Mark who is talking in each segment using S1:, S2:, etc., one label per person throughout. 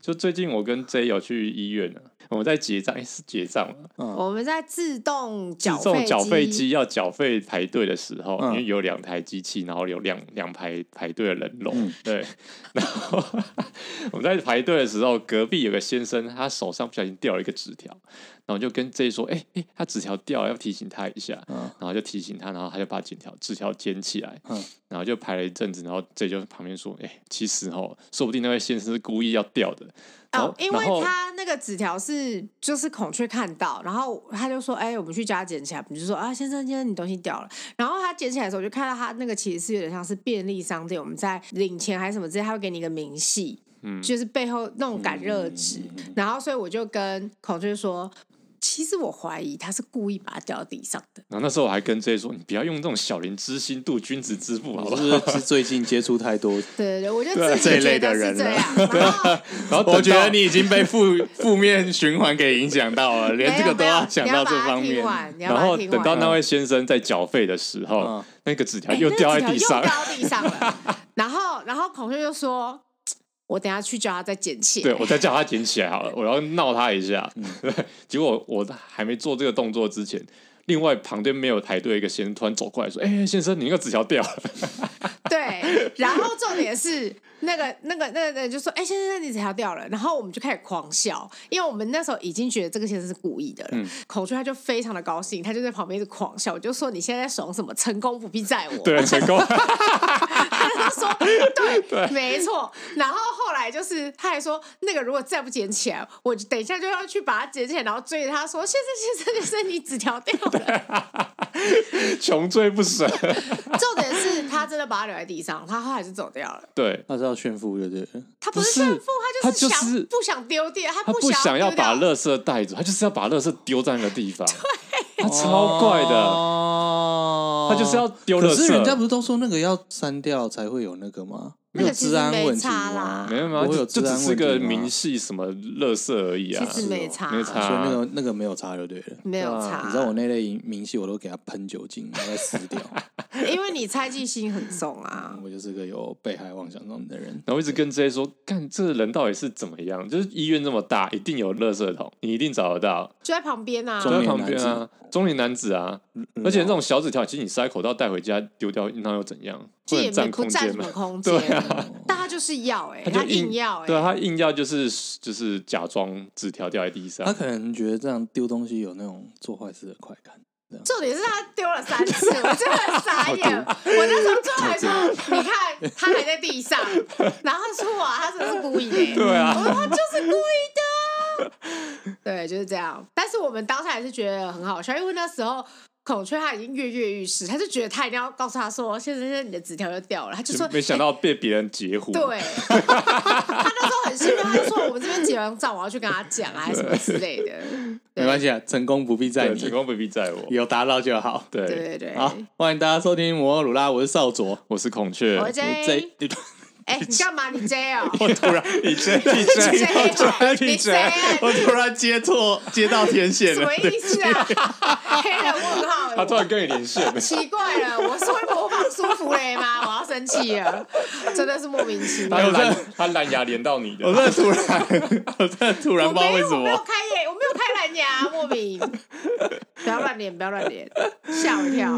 S1: 就最近我跟 J 有去医院啊，我们在结账，诶是结账吗？
S2: 我们在嗯自动
S1: 自
S2: 缴
S1: 动
S2: 费
S1: 缴费机要缴费排队的时候，
S3: 嗯
S1: 因为有两台机器，然后有两两排排队的人龙，
S3: 嗯
S1: 对。然后我们在排队的时候，隔壁有个先生，他手上不小心掉了一个纸条，然后我就跟 J 说：“哎、哎、他纸条掉了，要提醒他一下。”
S3: 嗯
S1: 然后就提醒他，然后他就把纸条纸条捡起来，
S3: 嗯
S1: 然后就排了一阵子，然后 J 就旁边说：“哎、其实哦，说不定那位先生是故意要掉的。然后
S2: 哦，因
S1: 然后
S2: 为他那个纸条是就是孔雀看到，然后他就说：“哎、我们去家捡起来。”我们就说：“啊，先生，先生，你东西掉了。”然后他捡起来的时候，我就看到他那个其实是有点像是便利商店，我们在领钱还是什么之类，他会给你一个明细，
S1: 嗯
S2: 就是背后那种感热纸。然后所以我就跟孔雀说。其实我怀疑他是故意把它掉到地上的，
S1: 然后那时候我还跟 J 说：“你不要用这种小人之心度君子之腹，好不好？”
S3: 我是不是最近接触太多？
S2: 对对对，我就
S3: 对
S2: 自己
S3: 这一
S2: 觉
S3: 类的
S2: 得是
S3: 人
S2: 这
S3: 了
S2: 样。然后哎
S1: 然后等到
S3: 我觉得你已经被 负负面循环给影响到了，连这个都想到这方
S2: 没有没有你要把它听
S3: 面。
S2: 完你要
S1: 然
S2: 把它
S1: 后
S2: 听
S1: 等到
S2: 完
S1: 那位先生在缴费的时候，
S3: 嗯
S1: 那个纸条
S2: 哎
S1: 又
S2: 那
S1: 掉在
S2: 纸条
S1: 地上
S2: 又。掉到地 上了。然后，然后孔雀就说：“我等下去叫他再捡起来。”
S1: 对，我再叫他捡起来好了，我要闹他一下。
S3: 嗯
S1: 结果我还没做这个动作之前，另外旁边没有排队一个先生突然走过来说：“哎、先生，你那个纸条掉了。
S2: 对然后重点是。那个、那个、那个人就说：“哎、先生，你纸条掉了。”然后我们就开始狂笑，因为我们那时候已经觉得这个先生是故意的了。
S1: 嗯
S2: 孔雀他就非常的高兴，他就在旁边一直狂笑。我就说：“你现在在怂什么？成功不必在我。”
S1: 对，成 功。
S2: 他说对，没错。然后后来就是他还说，那个如果再不捡起来，我等一下就要去把它捡起来，然后追着他说：“先生，先生，先生，你纸条掉了。
S1: 穷追不舍。”
S2: 重点是他真的把它留在地上，他后来就走掉了。
S1: 对
S3: 他是要炫富，对不对？
S2: 他不是
S1: 不是
S2: 炫富，
S1: 他
S2: 他
S1: 就是
S2: 是想 不想丢掉，他
S1: 他不
S2: 想
S1: 想要
S2: 丢掉
S1: 把垃圾带走，他就是要把垃圾丢在那个 地方。他超怪的，
S3: 哦
S1: 他就是要丢垃
S3: 可是人家
S1: 圾。
S3: 不是都说那个要删掉才会有那个吗？
S2: 那
S3: 有
S2: 个其实
S3: 治安问
S2: 没
S3: 题
S2: 差啦
S3: 吗？
S1: 没有吗？
S3: 不会有
S1: 就
S3: 治
S1: 就
S3: 安
S1: 只
S3: 问题
S1: 是个
S3: 吗
S1: 明细什么垃圾而已啊。
S2: 其实没差，
S1: 没差
S3: 所以那个那个没有差就对了。
S2: 没有差。
S3: 你知道我那类明细我都给他喷酒精，然后再撕 掉。
S2: 因为你猜忌心很重 啊。
S3: 我就是个有被害妄想症的人。
S1: 然后一直跟 J 说，干这个人到底是怎么样？就是医院这么大，一定有垃圾桶，你一定找得到，
S2: 就在旁边啊，
S1: 就
S3: 中
S1: 在
S3: 年嗯
S1: 旁边啊，中年男子啊，而且这种小纸条，其实你塞口袋带回家丢掉，那又怎样？
S2: 这
S1: 会
S2: 也
S1: 很
S2: 没
S1: 占
S2: 不
S1: 空
S2: 占
S1: 间
S2: 什
S1: 吗
S2: 么？空间
S1: 对，啊，
S2: 但他就是要哎、
S1: 就
S2: 他硬要哎、
S1: 对啊，他硬要就是就是假装纸条掉在地上
S3: 他，啊可能觉得这样丢东西有那种做坏事的快感。
S2: 重点是他丢了三 次，我真的傻眼。我那时候就还说，你看他还在地上，然后他说哇，他真的是故意的耶。
S1: 对啊
S2: 我说他就是故意的。对，就是这样。但是我们当下还是觉得很好笑，因为那时候。孔雀他已经跃跃欲试，他就觉得他一定要告诉他说：“先生，先生，你的纸条又掉了。”他就说
S1: 就：“没想到被别人截胡。
S2: 对， 他那时候很兴奋，他就说：“我们这边结完账，我要去跟他讲啊，还是什么之类的。”对
S3: 没关系啊，成功不必在
S1: 对，
S3: 你
S1: 成，功不必在我。
S3: 有达到就好。
S1: 对，
S2: 对对对，
S3: 好，欢迎大家收听《摩尔鲁拉》，我是少佐。
S1: 我是孔雀，
S2: 我 J，
S3: 这
S2: 哎，你干嘛？你 J 哦，
S3: 我突然你这你
S2: 这
S3: 这我突然
S2: 你
S3: 你
S2: 这
S3: 这，我突然接错接到天线
S2: 什
S3: 了
S2: 么。意思啊？黑人问号、
S1: 他突然跟你连 线，
S2: 奇怪了，我是会模仿舒芙蕾吗？我要生气了，真的是莫名其妙
S1: 他。
S3: 我
S1: 蓝他蓝牙连到你的
S3: 我，真的突然， 我真的突然
S2: 我
S3: 不知道
S2: 没
S3: 为
S2: 有，
S3: 什
S2: 我没有
S3: 么。
S2: 开耶，我没有开蓝牙，莫名。不要乱连，不要乱连，吓我一跳。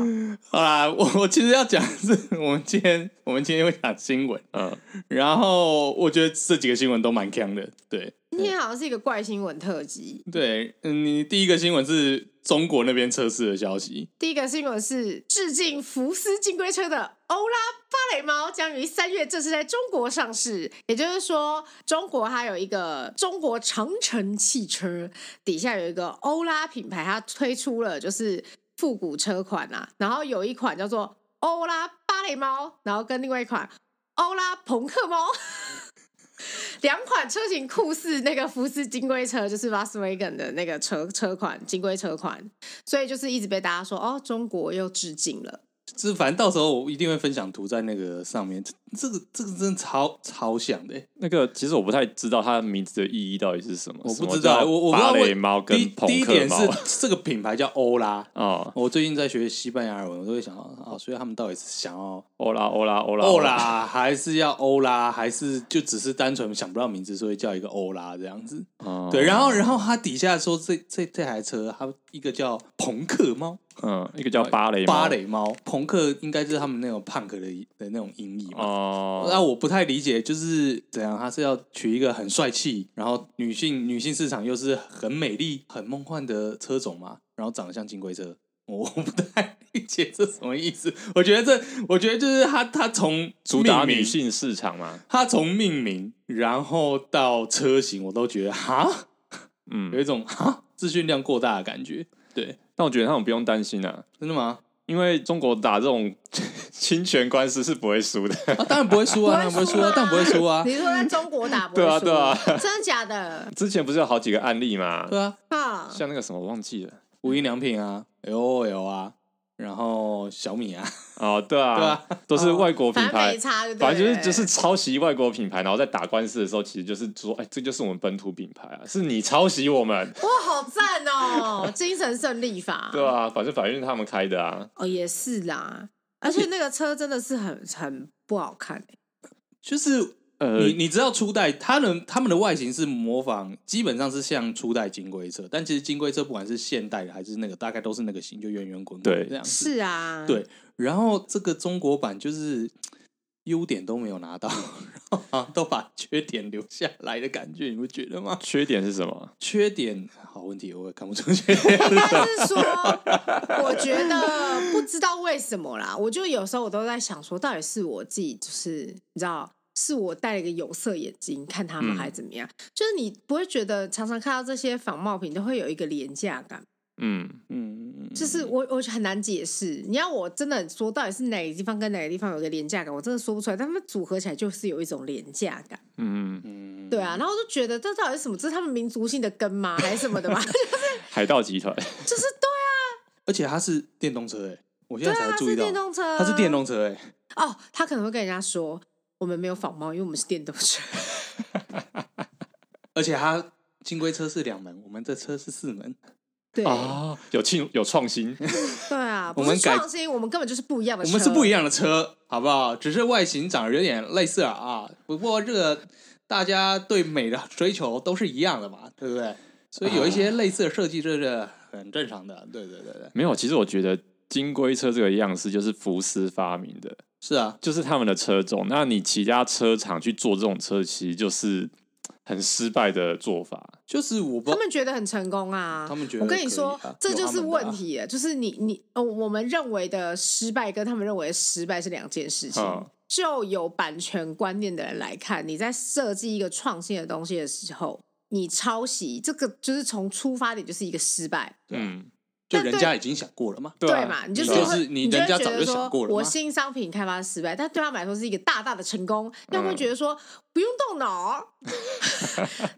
S3: 好啦，我我其实要讲的是，我们今天我们今天会讲新闻，
S1: 嗯，
S3: 然后我觉得这几个新闻都蛮强的。对
S2: 今天好像是一个怪新闻特辑，
S3: 对，嗯，你第一个新闻是中国那边测试的消息，
S2: 第一个新闻是致敬福斯金龟车的欧拉芭蕾猫将于三月正式在中国上市。也就是说，中国它有一个中国长城汽车，底下有一个欧拉品牌，它推出了就是复古车款啊，然后有一款叫做欧拉芭蕾猫，然后跟另外一款欧拉朋克猫。两款车型酷似那个福斯金龟车，就是 Volkswagen 的那个车车款金龟车款，所以就是一直被大家说哦，中国又致敬了。
S3: 就是反正到时候我一定会分享图在那个上面。这这个这个真的超超像的、欸，
S1: 那个其实我不太知道它名字的意义到底是什么。
S3: 我
S1: 什么
S3: 不知道，
S1: 叫
S3: 我我不知
S1: 芭
S3: 道为
S1: 蕾猫
S3: 第
S1: 跟朋
S3: 第一
S1: 克
S3: 点
S1: 猫
S3: 是这个品牌叫欧拉。
S1: 哦，
S3: 我最近在学西班牙文，我都会想到啊，所以他们到底是想要
S1: 欧啦欧啦欧啦
S3: 欧，拉，还是要欧拉，还是就只是单纯想不到名字，所以叫一个欧拉这样子？
S1: 哦
S3: 对，然后然后他底下说这这这台车，它一个叫朋克猫，
S1: 嗯，一个叫芭蕾猫
S3: 芭蕾猫，朋克应该就是他们那种 punk 的的那种音译嘛。
S1: 哦，
S3: 那我不太理解，就是怎样，他是要取一个很帅气，然后女性女性市场又是很美丽、很梦幻的车种嘛，然后长得像金龟车，我 我不太理解这什么意思。我觉得这，我觉得就是他他从
S1: 主打
S3: 命名
S1: 女，性市场嘛，
S3: 他从命名然后到车型，我都觉得哈，
S1: 嗯
S3: 有，一种哈资讯量过大的感觉。对，
S1: 但我觉得他们不用担心啊，
S3: 真的吗？
S1: 因为中国打这种 侵权官司是不会输的。
S3: 啊，当然不会输啊，当然不会输啊，当然不会输啊，
S2: 你说在中国打不
S1: 对啊
S2: 会输
S1: 对啊
S2: 真的假的？
S1: 之前不是有好几个案例嘛，
S3: 对啊。
S2: 啊，
S1: 像那个什么忘记了
S3: 无印良品啊，L O L 啊，然后小米啊，
S1: 哦，对啊，
S3: 对啊，
S1: 都是外国品
S2: 反正
S1: 牌
S2: 没，差就对了，
S1: 反正就是就是抄袭外国品牌，然后在打官司的时候，其实就是说，哎，这就是我们本土品牌啊，是你抄袭我 们，
S2: 哇，好赞哦，精神胜利法，
S1: 对啊，反正法院是他们开的啊，
S2: 哦，也是啦，而且那个车真的是很很不好看，欸
S3: 就是
S1: 呃
S3: 你你知道初代，它的他们的外形是模仿，基本上是像初代金龟车，但其实金龟车不管是现代的还是那个，大概都是那个型，就圆圆滚滚
S1: 对
S3: 这样子。
S2: 是啊，
S3: 对然后这个中国版就是嘖优点都没有拿到， 然后好像都把缺点留下来的感觉，你不觉得吗？
S1: 缺点是什么？
S3: 缺点好问题，我也看不出缺点。
S2: 应该是说，我觉得不知道为什么啦，我就有时候我都在想说，到底是我自己就是你知道。是我戴了一个有色眼镜看他们
S1: 嗯
S2: 还是怎么样，就是你不会觉得常常看到这些仿冒品都会有一个廉价感，
S1: 嗯，
S3: 嗯，
S2: 就是我我很难解释。你要我真的说到底是哪个地方跟哪个地方有一个廉价感，我真的说不出来。但他们组合起来就是有一种廉价感，
S1: 嗯，
S3: 嗯
S2: 对啊。然后我就觉得这到底是什么？这是他们民族性的根吗？ 还是什么的吧？
S1: 海盗集团，
S2: 就是对
S3: 而且它是电动车哎、我现在
S2: 啊，
S3: 才注
S2: 是
S3: 意到
S2: 电动车，啊
S3: 它是电动车哎、
S2: 哦，他可能会跟人家说我们没有仿冒，因为我们是电动车。
S3: 而且它金龟车是两门，我们这车是四门。
S2: 对、
S1: 啊， 有庆有创新，
S2: 对啊，
S3: 哦我
S2: 不
S3: 们
S2: 是
S3: 改
S2: 创新，我们根本就是不一样的
S3: 我
S2: 车，
S3: 们是不一
S2: 样。
S3: 样的车，好不好？只是外形长得有点类似啊啊。不过这个大家对美的追求都是一样的嘛， 对不对？所以有一些类似的设计，这是很正常的。对对对对，
S1: 没有，其实我觉得金龟车这个样式就是福斯发明的，
S3: 是啊，
S1: 就是他们的车种。那你其他车厂去做这种车，其实就是嘖很失败的做法。
S3: 就是我不
S2: 他们觉得很成功啊，
S3: 他们觉得
S2: 我跟你
S3: 可以
S2: 说
S3: 啊，
S2: 这
S3: 有
S2: 就
S3: 他
S2: 是
S3: 们的
S2: 问
S3: 啊
S2: 题了，就是你你哦，我们认为的失败跟他们认为的失败是两件事情。
S1: 嗯
S2: 就有版权观念的人来看，你在设计一个创新的东西的时候，你抄袭这个就是从出发点就是一个失败。
S1: 嗯，
S3: 就
S2: 但对
S3: 人家已经想过了嘛。
S1: 对啊
S2: 嘛？你就是
S1: 对啊
S2: 会
S3: 就是你
S2: 就会
S3: 人家
S2: 觉
S3: 早
S2: 得
S3: 就
S2: 说
S3: 想过了
S2: 我
S3: 嘛
S2: 新商品开发失败，但对他们来说是一个大大的成功。他们会觉得说不用动脑，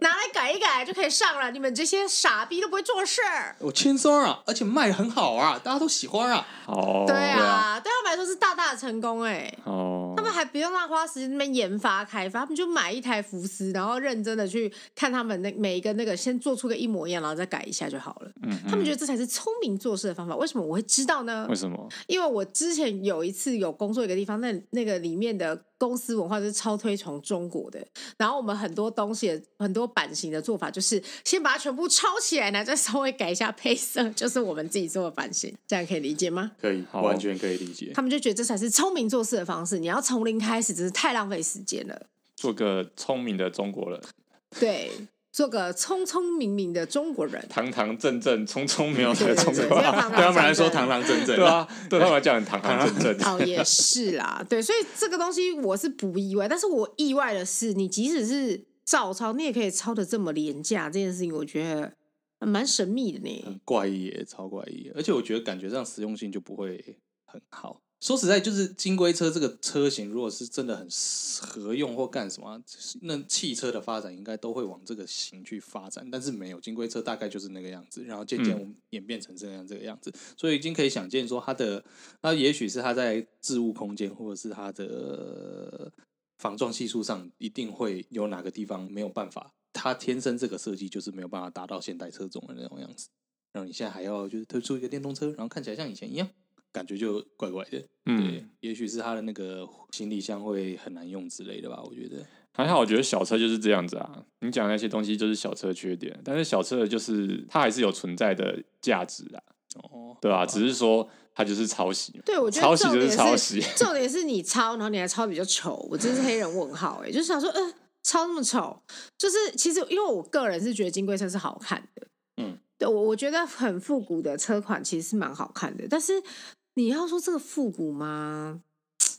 S2: 拿来改一改就可以上了。你们这些傻逼都不会做事儿。
S3: 我轻松啊，而且卖得很好啊，大家都喜欢啊。
S1: 好，
S2: 对啊，对他们来说是大大的成功哎、
S1: 哦，
S2: 他们还不用浪花时间在那边研发开发，他们就买一台福斯，然后认真的去看他们那每一个那个，先做出个一模一样，然后再改一下就好了。
S1: 嗯
S2: 他们觉得这才是聪明做事的方法。为什么我会知道呢？
S1: 为什么？
S2: 因为我之前有一次有工作一个地方，那那个里面的公司文化就是超推崇中国的，然后我们很多东西的很多版型的做法就是先把它全部抄起来，然后再稍微改一下配色， 就是我们自己做的版型，这样可以理解吗？
S3: 可以，
S1: 完
S3: 全可以理解。
S2: 他们就觉得这才是聪明做事的方式，你要从零开始，真是太浪费时间了。
S1: 做个聪明的中国人，
S2: 对，做个聪聪明明的中国人。
S1: 堂堂正正、聪聪明明的中
S2: 嗯对
S1: 国
S2: 对
S1: 人，啊
S2: 堂堂
S3: 对他们来
S2: 正
S3: 说，
S2: 正
S3: 堂堂正 正。
S1: 对啊，对他们来讲很堂堂 正正。
S2: 哦，也是啦，对，所以这个东西我是不意外，但是我意外的是，你即使是照抄，你也可以抄的这么廉价，这件事情我觉得还蛮神秘的呢。
S1: 嗯
S3: 很怪异耶，超怪异耶，而且我觉得感觉上实用性就不会很好。说实在，就是金龟车这个车型，如果是真的很合用或干什么啊，那汽车的发展应该都会往这个型去发展，但是没有金龟车大概就是那个样子，然后渐渐
S1: 嗯
S3: 我们演变成这样这个样子，所以已经可以想见说它的，那也许是它在置物空间或者是它的防撞系数上，一定会有哪个地方没有办法，它天生这个设计就是没有办法达到现代车种的那种样子，然后你现在还要就是推出一个电动车，然后看起来像以前一样。感觉就怪怪的，对
S1: 嗯，，
S3: 也许是他的那个行李箱会很难用之类的吧，我觉得。
S1: 还好，我觉得小车就是这样子啊。你讲那些东西就是小车的缺点，但是小车的就是它还是有存在的价值啊，
S3: 哦，
S1: 对吧、
S3: 好
S1: 只是说它就是抄袭嘛。
S2: 对，我觉
S1: 抄
S2: 得
S1: 袭
S2: 重
S1: 就
S2: 点
S1: 是抄袭
S2: 重点是你抄，然后你还抄的比较丑，我真是黑人问号哎、就想说，呃，抄那么丑，就是其实因为我个人是觉得金龟车是好看的，
S3: 嗯，
S2: 对我我觉得很复古的车款其实是蛮好看的，但是你要说这个复古吗？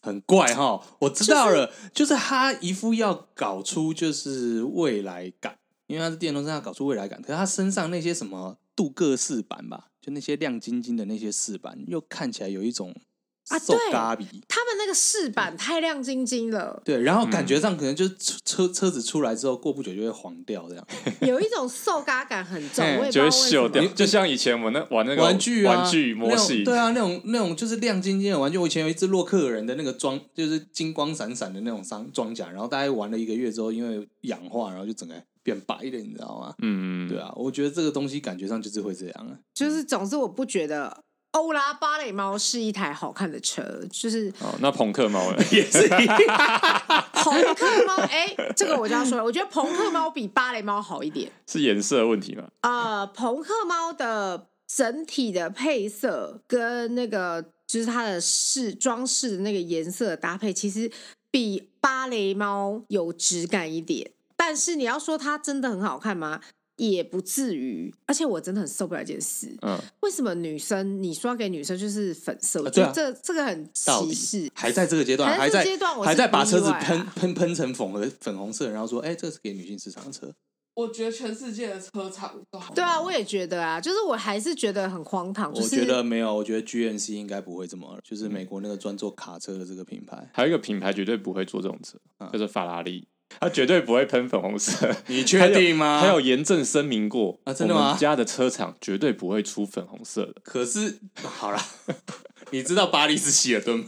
S3: 很怪哈，我知道了，就是他一副要搞出就是未来感，因为他是电动车，要搞出未来感，可是他身上那些什么镀铬饰板吧，就那些亮晶晶的那些饰板，又看起来有一种
S2: 啊
S3: 瘦
S2: 对
S3: 咖比。
S2: 他们那个饰
S1: 嗯
S2: 板太亮晶晶了，
S3: 对，然后感觉上可能就是车车车子出来之后，过不久就会黄掉这样。
S2: 有一种瘦嘎感很重，
S3: 嗯
S2: 我也不知
S1: 就会
S2: 道为
S1: 锈
S2: 什
S1: 掉
S2: 么。，
S1: 就像以前我们那玩那个
S3: 玩具啊，
S1: 玩具模型，
S3: 那种对啊，那种那种就是亮晶晶的玩具。我以前有一只洛克人的那个装，就是金光闪闪的那种装装甲，然后大概玩了一个月之后，因为氧化，然后就整个变白了，你知道吗？
S1: 嗯，
S3: 对，啊，我觉得这个东西感觉上就是会这样啊。
S2: 就是总之我不觉得欧拉芭蕾猫是一台好看的车，就是
S1: 哦，那朋克猫呢？
S3: 也是一样
S2: 朋 克猫，哎、这个我就要说了，我觉得朋克猫比芭蕾猫好一点。
S1: 是颜色问题嘛？
S2: 呃，朋克猫的整体的配色跟那个就是它的饰装饰的那个颜色的搭配，其实比芭蕾猫有质感一点。但是你要说它真的很好看吗？也不至于。而且我真的很受不了一件事，
S1: 嗯，
S2: 为什么女生你说要给女生就是粉色？我
S3: 啊
S2: 觉
S3: 对
S2: 得这、
S3: 啊
S2: 这个很
S3: 到
S2: 歧视
S3: 底。还在这个阶段，
S2: 还
S3: 还
S2: 在
S3: 在
S2: 这个阶段我是
S3: 还在把
S2: 不
S3: 车
S2: 意
S3: 子
S2: 外啊
S3: 喷喷喷成粉和粉红色，然后说，哎，这是给女性市场的车。
S4: 我觉得全世界的车厂都好。
S2: 对啊，我也觉得啊，就是我还是觉得很荒唐。就
S3: 我
S2: 是、
S3: 觉得没有，我觉得 GNC 应该不会这么，就是美国那个专做卡车的这个品牌。
S1: 还有一个品牌绝对不会做这种车，
S3: 嗯
S1: 就是法拉利，它绝对不会喷粉红色。
S3: 你 确定吗？
S1: 他有严正声明过
S3: 啊真的吗
S1: 我们家的车厂绝对不会出粉红色的。
S3: 可是 好啦，你知道巴黎是希尔顿吗？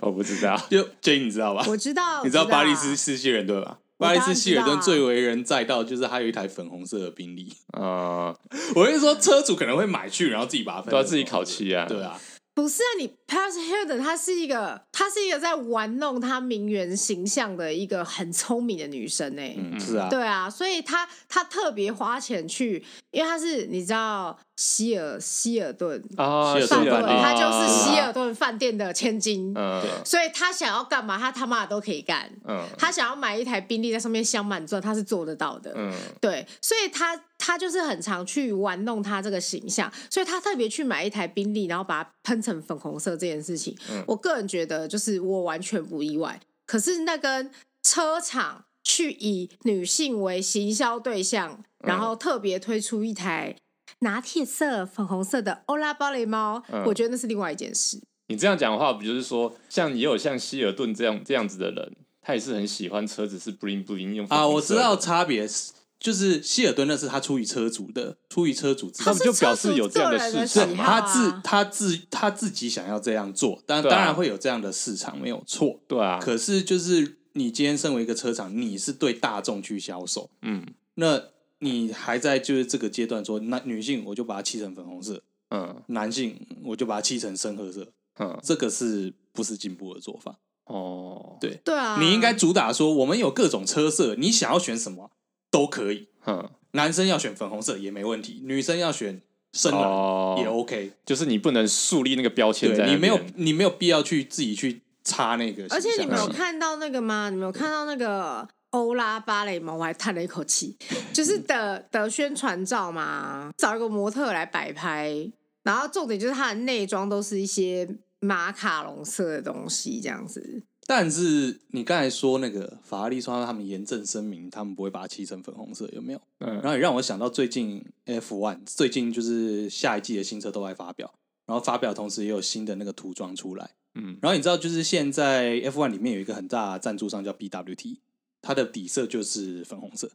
S1: 我不知 道，
S3: 就 J，你知道吧？
S2: 我知道，
S3: 你知道
S2: 我
S3: 巴黎
S2: 啊
S3: 是是希尔顿吧？
S2: 我当
S3: 巴黎
S2: 然
S3: 是希尔
S2: 知道
S3: 顿
S2: 啊
S3: 最为人载到，就是他有一台粉红色的宾利。
S1: 呃，
S3: 我跟你说，车主可能会买去，然后自己把它分
S1: 都要
S3: 成
S1: 自己
S3: 粉红
S1: 烤
S3: 色
S1: 漆啊
S3: 对啊，
S2: 不是啊，你 Paris Hilton 她是一个，她是一个在玩弄她名媛形象的一个很聪明的女生哎、
S3: 嗯，是啊，
S2: 对啊，所以她她特别花钱去，因为她是你知道希尔希尔顿
S1: 啊，
S3: 希尔
S2: 饭
S3: 顿
S1: 是啊
S2: 顿，
S3: 饭店哦
S2: 她就是希，
S1: 啊
S2: 尔顿饭店的千金，
S1: 嗯
S2: 所以她想要干嘛，她他妈的都可以干。
S1: 嗯
S2: 她想要买一台宾利在上面镶满钻，她是做得到的。
S1: 嗯，
S2: 对，所以他他就是很常去玩弄他这个形象，所以他特别去买一台宾利，然后把它喷成粉红色这件事情，
S1: 嗯
S2: 我个人觉得就是我完全不意外。可是那跟车厂去以女性为行销对象，
S1: 嗯
S2: 然后特别推出一台。拿铁色、粉红色的欧拉芭蕾猫，
S1: 嗯
S2: 我觉得那是另外一件事。
S1: 你这样讲的话，不就是说，像也有像希尔顿这样这样子的人，他也是很喜欢车子是 bling bling 用粉
S3: 啊，
S1: 红
S3: 我
S1: 色
S3: 知
S1: 的
S3: 道，差别是。就是希尔顿那是他出于车主的，出于车主自
S1: 那
S2: 他
S1: 不
S2: 是
S3: 己，
S1: 就表示有这样的市
S2: 车主个
S1: 场
S2: 人的喜
S1: 吗？
S2: 好啊
S3: 他自他自他自己想要这样做，当
S1: 对啊
S3: 当然会有这样的市场没有错，
S1: 对啊，
S3: 可是就是你今天身为一个车厂，你是对大众去销售，
S1: 嗯
S3: 那你还在就是这个阶段说，那女性我就把它漆成粉红色，
S1: 嗯
S3: 男性我就把它漆成深褐色，
S1: 嗯，
S3: 这个是不是进步的做法？
S1: 哦，
S3: 对
S2: 对啊，
S3: 你应该主打说，我们有各种车色，你想要选什么都可以，
S1: 嗯，
S3: 男生要选粉红色也没问题，女生要选深蓝、
S1: 哦
S3: 也 OK，
S1: 就是你不能树立那个标签在那边，
S3: 对你没有你没有必要去自己去插那个形象，啊
S2: 而且你们有看到那个吗？你们有看到那个欧拉芭蕾吗？我还叹了一 口气，就是的的宣传照嘛，找一个模特来摆拍，然后重点就是它的内装都是一些马卡龙色的东西，这样子。
S3: 但是你刚才说那个法拉利说他们严正声明，他们不会把它漆成粉红色，有没有？
S1: 嗯
S3: 然后也让我想到最近 F One 最近就是下一季的新车都在发表，然后发表的同时也有新的那个涂装出来，
S1: 嗯，
S3: 然后你知道，就是现在 F1 里面有一个很大的赞助商叫 BWT，它的底色就是粉红色。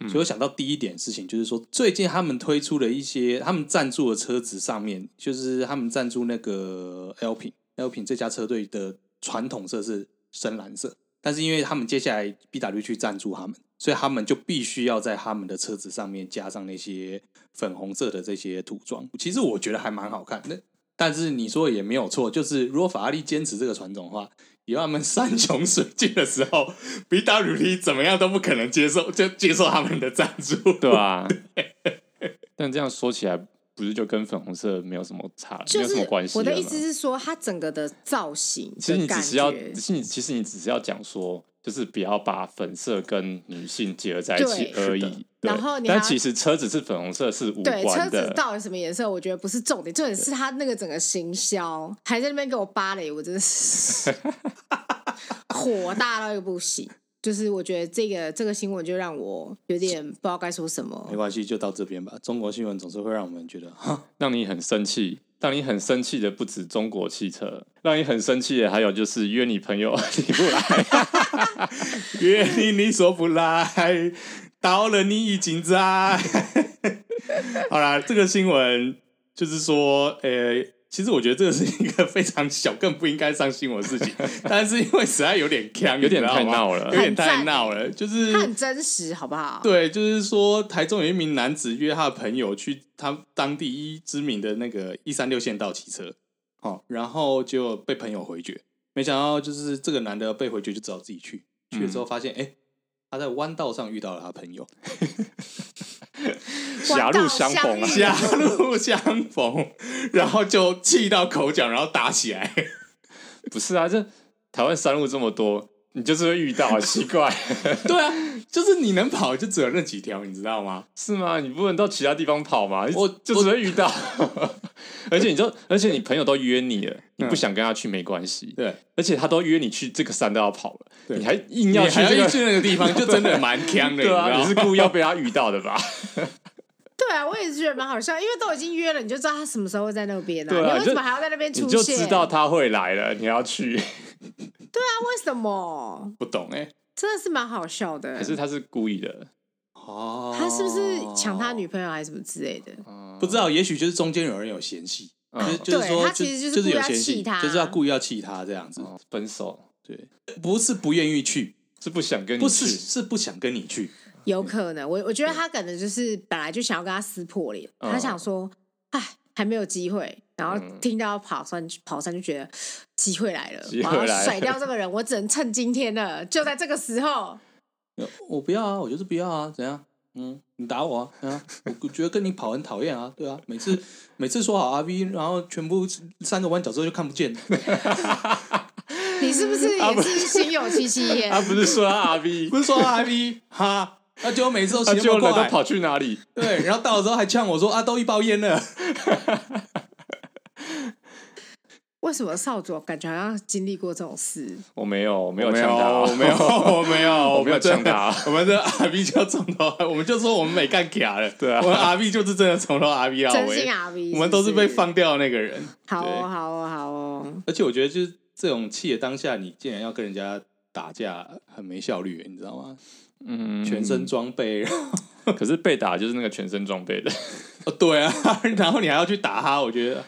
S1: 嗯
S3: 所以我想到第一点事情，就是说最近他们推出了一些他们赞助的车子上面，就是他们赞助那个 L 品 L 品这家车队的传统色是深蓝色，但是因为他们接下来 BW 去赞助他们，所以他们就必须要在他们的车子上面加上那些粉红色的这些涂装。其实我觉得还蛮好看的，但是你说的也没有错，就是如果法拉利坚持这个传统的话，以后他们山穷水尽的时候，B W T 怎么样都不可能接受，就接受他们的赞助。
S1: 对 啊。但这样说起来，不是就跟粉红色没有什么差，没
S2: 就
S1: 有什么
S2: 是
S1: 关系
S2: 我
S1: 了吗？
S2: 的意思是说，它整个的造型
S1: 其实
S2: 的
S1: 你
S2: 感
S1: 只是要，
S2: 觉，
S1: 其实你其实你只是要讲说，就是不要把粉色跟女性结合在一起
S2: 对
S1: 而已
S3: 是的。
S1: 对
S2: 然后你还
S1: 但
S2: 要
S1: 其实车子是粉红色是无
S2: 对车
S1: 关
S2: 子
S1: 的，
S2: 到底什么颜色，我觉得不是重点，重点是它那个整个行销还在那边给我芭蕾，我真的是 火大到一个不行。就是我觉得这个这个新闻就让我有点不知道该说什么
S3: 没。关系，就到这边吧。中国新闻总是会让我们觉得，哈，
S1: 让你很生气。让你很生气的不止中国汽车，让你很生气的还有就是约你朋友 你不来，
S3: 原因你说不来，到了你已经在。好啦，这个新闻就是说，呃、其实我觉得这个是一个非常小，更不应该上新闻的事情，但是因为实在有点呛，
S1: 有点
S3: 你知道
S1: 太
S3: 吗
S1: 闹了
S3: 有点
S2: 很
S3: 太
S2: 赞
S3: 闹了，
S1: 嗯
S3: 就是
S2: 它很真实，好不好？
S3: 对，就是说台中有一名男子约他的朋友去他当地一知名的那个一三六县道骑车，哦，然后就被朋友回绝，没想到就是这个男的被回绝，就只好自己去。去了之后
S1: 嗯
S3: 发现，哎、他在弯道上遇到了他朋 友，
S1: 狭路相逢啊
S2: 弯道相遇
S3: 狭路相逢，然后就气到口角，然后打起来。
S1: 不是啊？这台湾山路这么多，你就是会遇 到，啊，奇怪
S3: 对啊，就是你能跑就只有那几条，你知道吗？
S1: 是吗？你不能到其他地方跑吗？
S3: 我
S1: 就只会遇到， 而且你就而且你朋友都约你
S3: 嗯
S1: 了，你不想跟他去没关系，
S3: 对，
S1: 而且他都约你去这个山都要跑了，
S3: 对
S1: 你还硬
S3: 你
S1: 要去
S3: 还
S1: 这
S3: 要
S1: 个
S3: 去那个地方，就真的蛮强 的，
S1: 对啊，
S3: 你
S1: 你
S3: 知
S1: 是
S3: 道吗
S1: 故意要被他遇到的 吧？
S2: 对啊，我也是觉得蛮好笑，因为都已经约了，你就知道他什么时候会在那边
S1: 对啊
S2: 你为
S1: 就
S2: 什么还要在那边
S1: 你
S2: 出
S1: 就
S2: 现？
S1: 知道他会来了，你要 去，
S2: 那为什么？
S3: 不懂哎、
S2: 真的是蛮好笑的。
S1: 可是他是故意的，
S3: 哦
S2: 他是不是抢
S1: 哦
S2: 他女朋友还是什么之类的？
S3: 不知道，也许就是中间有人有嫌隙，
S1: 嗯
S3: 就是就是说，
S2: 对他
S3: 就
S2: 其实就是
S3: 就是
S2: 故意
S3: 有
S2: 要
S3: 嫌
S2: 气
S3: 隙，
S2: 他啊
S3: 就是要故意要气他这样子。
S1: 哦分手
S3: 对，不是不愿意去，
S1: 嗯是不想跟你
S3: 不是
S1: 去，
S3: 是不想跟你去。
S2: 有可能，我我觉得他可能就是本来就想要跟他撕破脸，
S1: 嗯
S2: 他想说，哎，还没有机会。然后
S1: 嗯
S2: 听到跑山跑山就觉得机会来了，
S1: 机会
S2: 我要
S1: 来了
S2: 甩掉这个人，我只能趁今天了，就在这个时候。
S3: 我不要啊，我就是不要啊，怎样？嗯，你打我啊，怎样？我觉得跟你跑很讨厌啊，对啊，每次每次说好 RV，然后全部三个弯角之后就看不见了。
S2: 你是不是也是心有戚戚焉？
S1: 他不是说他 RV，
S3: 不是说 RV 哈，那结果每次都
S1: 他
S3: 骑那
S1: 就
S3: 么
S1: 人都
S3: 快，
S1: 跑去哪里？
S3: 对，然后到了之后还呛我说啊，都一包烟了。
S2: 为什么少佐感觉好像经历过这种事？
S1: 我没有，我没有
S3: 没
S1: 呛
S3: 有，
S1: 他，
S3: 我没有，我没有，
S1: 我
S3: 我
S1: 没有啊
S3: 们这
S1: 呛他，
S3: 我们这 R B 就从头，我们就说我们没干卡了，
S1: 对啊
S3: 我们 R B 就是真的从头 R B 到
S2: 真心
S3: 尾，
S2: RV，
S3: 啊我们都
S2: 是
S3: 是
S2: 不
S3: 被。放掉的那个人。
S2: 好哦，
S3: 对嗯
S2: 好哦，好哦。
S3: 而且我觉得就是这种气的当下，你竟然要跟人家打架，很没效率，你知道吗？
S1: 嗯，
S3: 全身装备，然后
S1: 可是被打就是那个全身装备的，
S3: 哦对啊， 然后你还要去打他，我觉得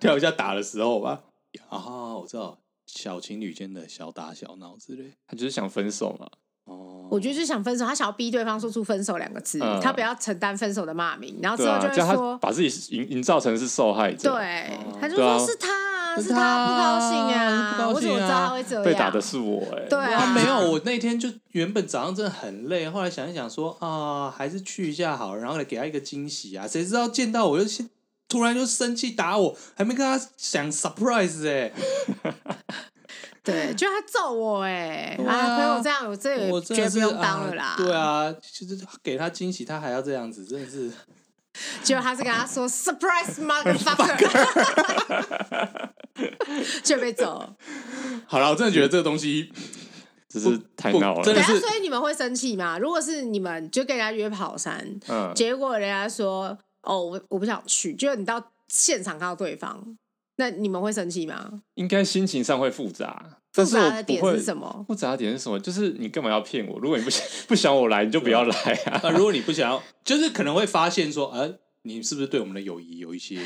S3: 跳一下打的时候吧，啊，我知道，小情侣间的小打小闹之类。
S1: 他就是想分手嘛。
S3: 哦，
S2: 我觉得就是想分手，他想要逼对方说出“分手”两个字，
S1: 嗯
S2: 他不要承担分手的骂名，然后
S1: 对
S2: 之后
S1: 啊，
S2: 就
S1: 这样
S2: 会
S1: 他
S2: 说，
S1: 把自己营营造成是受害者，
S2: 对，他就
S1: 对啊
S2: 说是他啊，
S3: 哦是
S2: 是他不高兴
S3: 他不高兴啊
S2: 我怎么知道他会这样？
S1: 被打的是我哎、
S2: 对啊，
S3: 啊，没有，我那天就原本早上真的很累，后来想一想说啊，还是去一下好了，然后来给他一个惊喜啊。谁知道见到我就先突然就生气打我，还没跟他想 surprise 哎、
S2: 对，就他揍我哎、
S3: 对啊
S2: 啊，朋友这样，我这
S3: 我
S2: 也
S3: 真
S2: 绝对不
S3: 的是
S2: 用当了啦
S3: 啊。对，啊，就是给他惊喜，他还要这样子，真的是
S2: 结果他是跟他说 “surprise motherfucker”，就被揍。
S3: 好了，我真的觉得这个东西
S1: 只是太
S3: 不
S1: 闹了，
S3: 真
S2: 等
S3: 的
S2: 下，
S3: 是
S2: 啊所以你们会生气吗？如果是你们就跟人家约跑山，
S1: 嗯，
S2: 结果人家说哦，我我不想去，结果你到现场看到对方，那你们会生气吗？
S1: 应该心情上会复杂，
S2: 复
S1: 但是
S2: 杂
S1: 我不
S2: 的点
S1: 会
S2: 是什么？
S1: 复杂的点是什么？就是你干嘛要骗我？如果你不想不想我来，你就不要来 啊！
S3: 呃那如果你不想要，就是可能会发现说，呃，你是不是对我们的友谊有一些，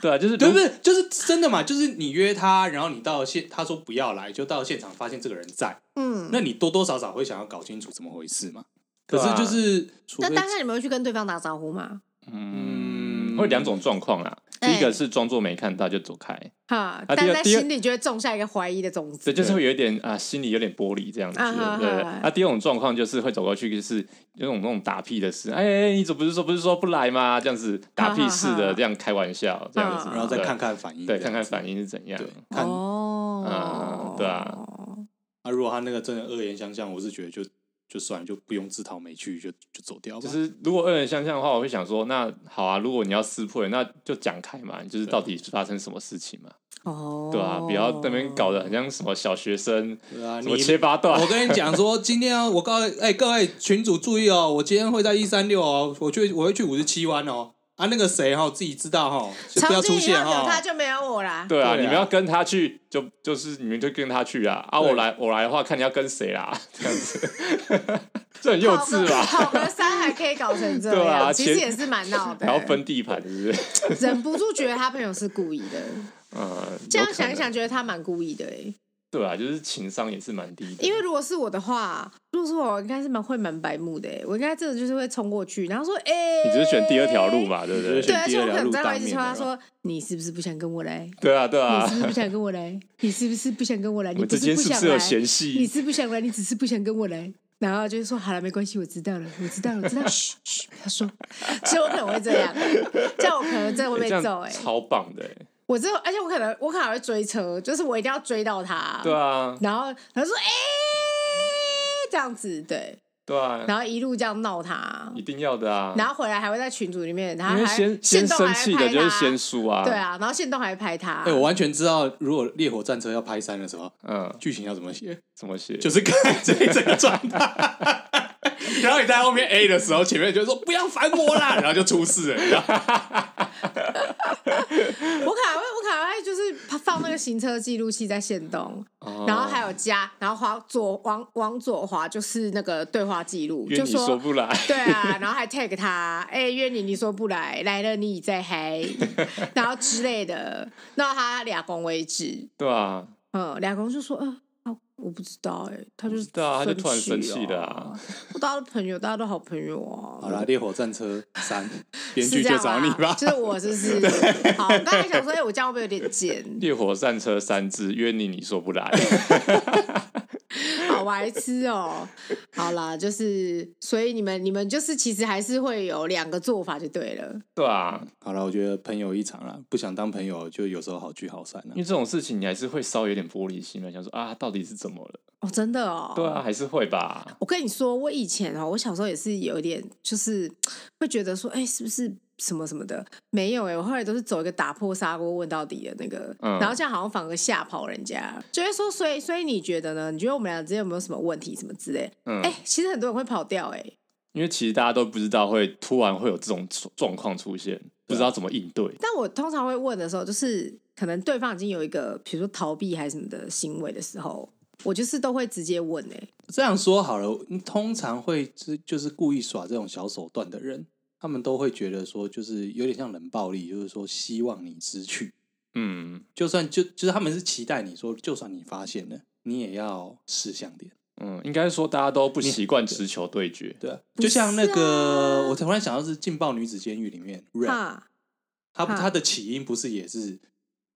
S1: 对啊，就是
S3: 对
S1: 如
S3: 不对？就是真的嘛？就是你约他，然后你到现，他说不要来，就到现场发现这个人在，
S2: 嗯，
S3: 那你多多少少会想要搞清楚怎么回事嘛。可
S1: 对啊
S3: 是就是，除
S2: 那
S3: 非
S2: 当下你们会去跟对方打招呼吗？
S1: 嗯，会有两种状况啦。
S2: 哎
S1: 第一个是装作没看到就走开，
S2: 哈，
S1: 啊第
S2: 但
S1: 二
S2: 在
S1: 第二
S2: 心里就会种下一个怀疑的种
S1: 这
S2: 子。
S1: 就是会有一点啊，心里有点玻璃这样子。
S2: 啊哈
S1: 对对对
S2: 哈
S1: 啊，第二种状况就是会走过去，就是有种那种打屁的事，哎、哎你怎么不是说不是说不来吗？这样子打屁似
S2: 哈哈
S1: 的
S2: 哈
S1: 这样开玩笑，这样子，
S2: 嗯
S3: 然后再
S1: 对
S3: 看看反应，
S1: 对，看看反应是怎样
S3: 对。，看
S2: 哦
S1: 嗯，对啊
S3: 啊，如果他那个真的恶言相向，我是觉得就就算了，就不用自讨没趣，就就走掉吧。
S1: 就是如果恶人相向的话，我会想说，那好啊，如果你要撕破脸，那就讲开嘛，就是到底发生什么事情嘛，
S2: 哦，
S1: 对啊，不要在那边搞得很像什么小学生，
S3: 对啊，
S1: 什
S3: 你
S1: 么切八段
S3: 我，跟你讲说，今天啊，我告哎、各位群主注意哦，我今天会在一三六哦，我去我会去五十七湾哦。啊，那个谁哈、自己知道哈、就不要
S2: 从
S3: 出
S2: 今以
S3: 现
S2: 后有
S3: 哈、
S2: 他就没有我啦。
S1: 对啊，
S3: 对啊
S1: 你们要跟他去，就就是你们就跟他去啊，啊，
S3: 对
S1: 我来我来的话，看你要跟谁啦， 这样子， 这很幼
S2: 跑
S1: 稚
S2: 个
S1: 吧？
S2: 跑个山还可以搞 成这
S1: 对
S2: 样，
S1: 啊
S2: 其实
S1: 前
S2: 也是蛮 闹的。
S1: 然后分地盘，是不是？
S2: 忍不住觉得他朋友是故意的，
S1: 嗯，
S2: 这
S1: 有
S2: 样
S1: 可能
S2: 想一，想，觉得他蛮故意的哎、
S1: 对啊，就是情商也是蛮低的，
S2: 因为如果是我的话，如果是我，我应该是蛮会蛮白目的哎、我应该真的就是会冲过去，然后说哎，
S1: 你只是选第二条路。嘛，对不
S3: 你
S1: 对
S3: 只是？
S2: 对，
S3: 选
S2: 而
S3: 第
S2: 且
S3: 二
S2: 我可
S3: 条
S2: 能
S3: 路
S2: 在外一直
S3: 当面
S2: 说他
S3: 的
S2: 说：“你是不是不想跟我来？
S1: 对啊，对
S2: 你
S1: 啊
S2: 是，不是不想跟我来？你是不是不想跟我来？
S1: 我
S2: 你
S1: 们
S2: 不
S1: 之
S2: 是
S1: 间
S2: 不
S1: 是不
S2: 想
S1: 是有
S2: 来？
S1: 嫌
S2: 你
S1: 隙？
S2: 是不想来，你只是不想跟我来。”然后就是说：“好了，没关系，我知道了，我知道了，我 知 道了。”嘘嘘，不要说。其实我可能会这样，这样我可能真的会
S1: 哎
S2: 被
S1: 这
S2: 揍哎、
S1: 样超棒的，哎
S2: 我之后，而且我可能我可能会追车，就是我一定要追到他，
S1: 对啊，
S2: 然后他说哎、这样子，对，
S1: 对啊，
S2: 然后一路这样闹他
S1: 一，定要的啊。
S2: 然后回来还会在群组里面，然
S1: 因
S2: 后
S1: 为
S2: 还
S1: 先先
S2: 限动
S1: 生
S2: 还
S1: 气
S2: 拍
S1: 的就是
S2: 他
S1: 先输啊，
S2: 对，啊，然后限动还拍他，
S3: 哎、我完全知道，如果烈火战车要拍三的时候，
S1: 嗯，
S3: 剧情要怎么写，
S1: 怎么写？
S3: 就是看这这个状态。 然后你在后面 A 的时候，前面就说不要烦我 啦，然后就出事了，你知道吗？
S2: 我可能会我可能会就是放那个行车记录器在限动，
S1: 哦
S2: 然后还有加，然后滑左往往左滑就是那个对话记录，
S1: 约
S2: 就
S1: 你说不来，
S2: 对啊，然后还 tag 他，哎、约你你说不来，来了你已在 嗨，然后之类的，闹他俩公为止。
S1: 对啊，
S2: 嗯，俩公就说，嗯、啊，我不知道、哎，他就是、
S1: 对啊，他就突然生气
S2: 的
S1: 了、啊，
S2: 大家都朋友，大家都好朋友啊。
S3: 好啦，烈火战车三， 编
S2: 是
S3: 剧
S2: 这
S3: 啊就
S2: 样啊
S3: 找你吧。
S2: 就是我，是不是？好，我刚才想说，哎、我这样会不会有点贱？
S1: 烈火战车三只约你，你说不 来，
S2: 好白痴哦、好啦，就是，所以你们，你们就是其实还是会有两个做法就对了。
S1: 对啊，
S3: 好了，我觉得朋友一场啦，不想当朋友就有时候好聚好散啦啊
S1: 因为。这种事情你还是会稍微有点玻璃心的，想说啊，到底是怎么了？
S2: 哦，真的哦、
S1: 对啊，还是会吧，
S2: 我跟你说，我以前哦，我小时候也是有一点，就是会觉得说，哎、是不是什么什么的？没有哎、我后来都是走一个打破砂锅问到底的那个，
S1: 嗯
S2: 然后这样好像反而吓跑人家，就会说，所以所以你觉得呢？你觉得我们俩之间有没有什么问题什么之类？
S1: 嗯，
S2: 哎、其实很多人会跑掉哎、
S1: 因为其实大家都不知道会突然会有这种状状况出现，不
S3: 啊
S1: 知道怎么应对，
S2: 但我通常会问的时候，就是可能对方已经有一个，比如说逃避还是什么的行为的时候，我就是都会直接问哎、
S3: 这样说好了，通常会就就是故意耍这种小手段的人，他们都会觉得说，就是有点像冷暴力，就是说希望你知趣，
S1: 嗯
S3: 就算就就是他们是期待你说，就算你发现了，你也要识相点。
S1: 嗯，应该说大家都不习惯直球对决，
S3: 对、啊，
S2: 不
S3: 就像那个，
S2: 是啊
S3: 我突然想到是《劲爆女子监狱》里面 r a
S2: 哈，
S3: 他
S2: 哈
S3: 他的起因不是也是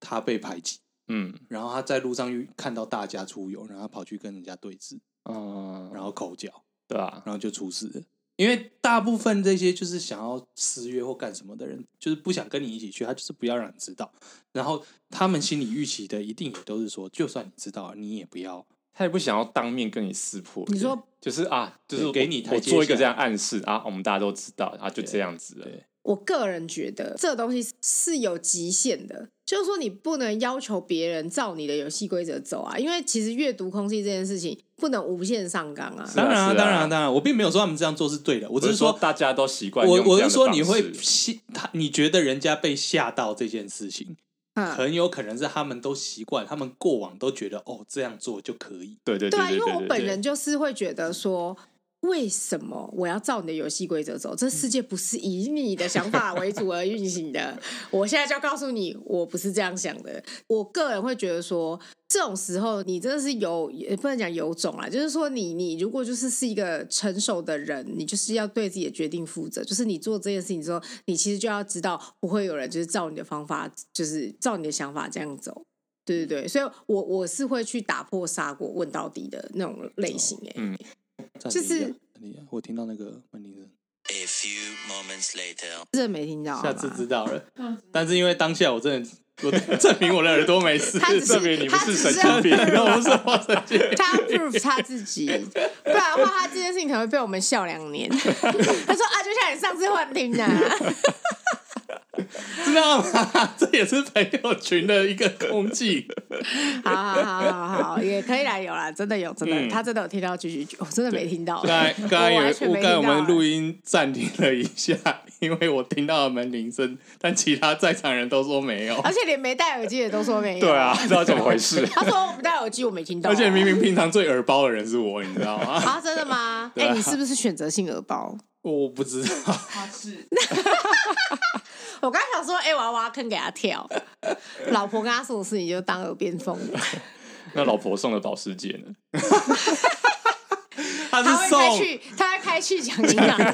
S3: 他被排挤，
S1: 嗯
S3: 然后他在路上遇看到大家出游，然后他跑去跟人家对峙，
S1: 嗯，
S3: 然后口角。
S1: 对啊，
S3: 然后就出事了。因为大部分这些就是想要私约或干什么的人，就是不想跟你一起去，他就是不要让你知道。然后他们心里预期的一定也都是说，就算你知道了，你也不要。
S1: 他也不想要当面跟你撕破脸，
S2: 你说
S1: 就是啊，就是
S3: 对
S1: 我
S3: 给你台
S1: 我
S3: 阶
S1: 做一个
S3: 下
S1: 这样暗示啊，我们大家都知道啊，就这样子了，
S3: 对
S2: 我个人觉得这东西是有极限的，就是说你不能要求别人照你的游戏规则走啊，因为其实阅读空气这件事情不能无限上纲啊。
S1: 是啊
S3: 当然、
S1: 是啊
S3: 当然、当然，我并没有说他们这样做是对的，我
S1: 我
S3: 只
S1: 是
S3: 是说，
S1: 大家都习惯
S3: 我
S1: 用这
S3: 我
S1: 样
S3: 是
S1: 的
S3: 说
S1: 方
S3: 你会
S1: 式
S3: 吓他，你觉得人家被吓到这件事情，
S2: 嗯，
S3: 很有可能是他们都习惯，他们过往都觉得哦这样做就可以。
S1: 对对
S2: 对啊，
S1: 对
S2: 因为我
S1: 对
S2: 本
S1: 对，
S2: 人就是会觉得说。为什么我要照你的游戏规则走？这世界不是以你的想法为主而运 行的。我现在就要告诉你，我不是这样想的。我个人会觉得说，这种时候你真的是有，也不能讲有种啦，就是说你你如果就是是一个成熟的人，你就是要对自己的决定负责。就是你做这件事情之后，你其实就要知道不会有人就是照你的方法，就是照你的想法这样走。对
S3: 嗯
S2: 对对，所以我我是会去打破砂锅问到底的那种
S3: 哦
S2: 类型哎、
S1: 嗯
S3: 暂
S2: 就
S3: 停一下
S2: 是
S3: 暂停一下我听到那个门铃声，
S5: A few moments later.
S2: 真的没听到好
S3: 下
S2: 吧。嗯
S3: 次知道了。
S4: 这样子
S3: 但是因为当下我真的，我 证明我的耳朵没事，
S2: 他只 是
S1: 证明你不
S2: 他只
S1: 是
S2: 是
S1: 神经病，
S3: 那我不是我神经。
S2: 他 prove 他自己，不然的话，他这件事情可能会被我们笑两 年。他说啊，就像你上次幻听的、啊，
S3: 知道吗？ 这也是朋友群的一个空气。
S2: 好好好好好，也可以啦，有啦，真的有，真的，他真的有听到句句句，我真的没听到。
S3: 嗯 刚才刚才
S2: 我
S3: 有
S2: 完全
S3: 误
S2: 没
S3: 刚才我
S2: 听到欸
S3: 们录音暂停了一下， 因为我听到了门铃声，但其他在场人都说没有，
S2: 而且连没戴耳机的都说没有。。
S1: 对啊，，不知道怎么回事
S2: 他说我们戴耳机，我没听到啊、
S3: 而且明明平常最耳包的人是我，你知道吗？
S2: 啊，真的吗？哎、
S3: 对啊
S2: 你是不是选择性耳包？
S3: 我不知道，
S4: 他是
S2: 我刚想说，哎、我要挖坑给他跳。 老婆跟他说的事情就当耳边风，
S1: 那老婆送的保时捷呢？
S3: 他
S2: 他
S3: 是
S2: 会开
S3: 送
S2: 去，他会开去讲营养。